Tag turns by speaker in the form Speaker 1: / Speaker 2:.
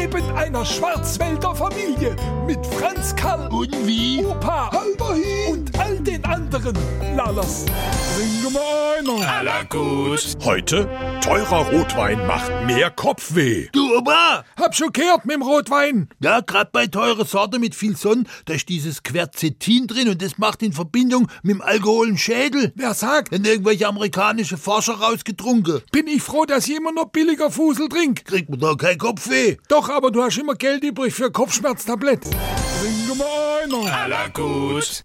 Speaker 1: Leben einer Schwarzwälder Familie mit Franz Karl,
Speaker 2: Und wie?
Speaker 1: Opa, Halberhin und all den anderen Lalas. Bringe mal einer.
Speaker 2: Aller gut.
Speaker 3: Heute, teurer Rotwein macht mehr Kopfweh.
Speaker 2: Du Opa,
Speaker 1: Hab schon gehört mit dem Rotwein.
Speaker 2: ja, grad bei teurer Sorte mit viel Sonne, da ist dieses Quercetin drin und das macht in Verbindung mit dem Alkohol einen Schädel.
Speaker 1: Wer sagt,
Speaker 2: Wenn irgendwelche amerikanische Forscher rausgetrunken,
Speaker 1: bin ich froh, dass ich immer noch billiger Fusel trink.
Speaker 2: kriegt man da kein Kopfweh.
Speaker 1: Doch, aber du hast immer Geld übrig für Kopfschmerztablett. Bringe mal einer.
Speaker 3: Aller gut.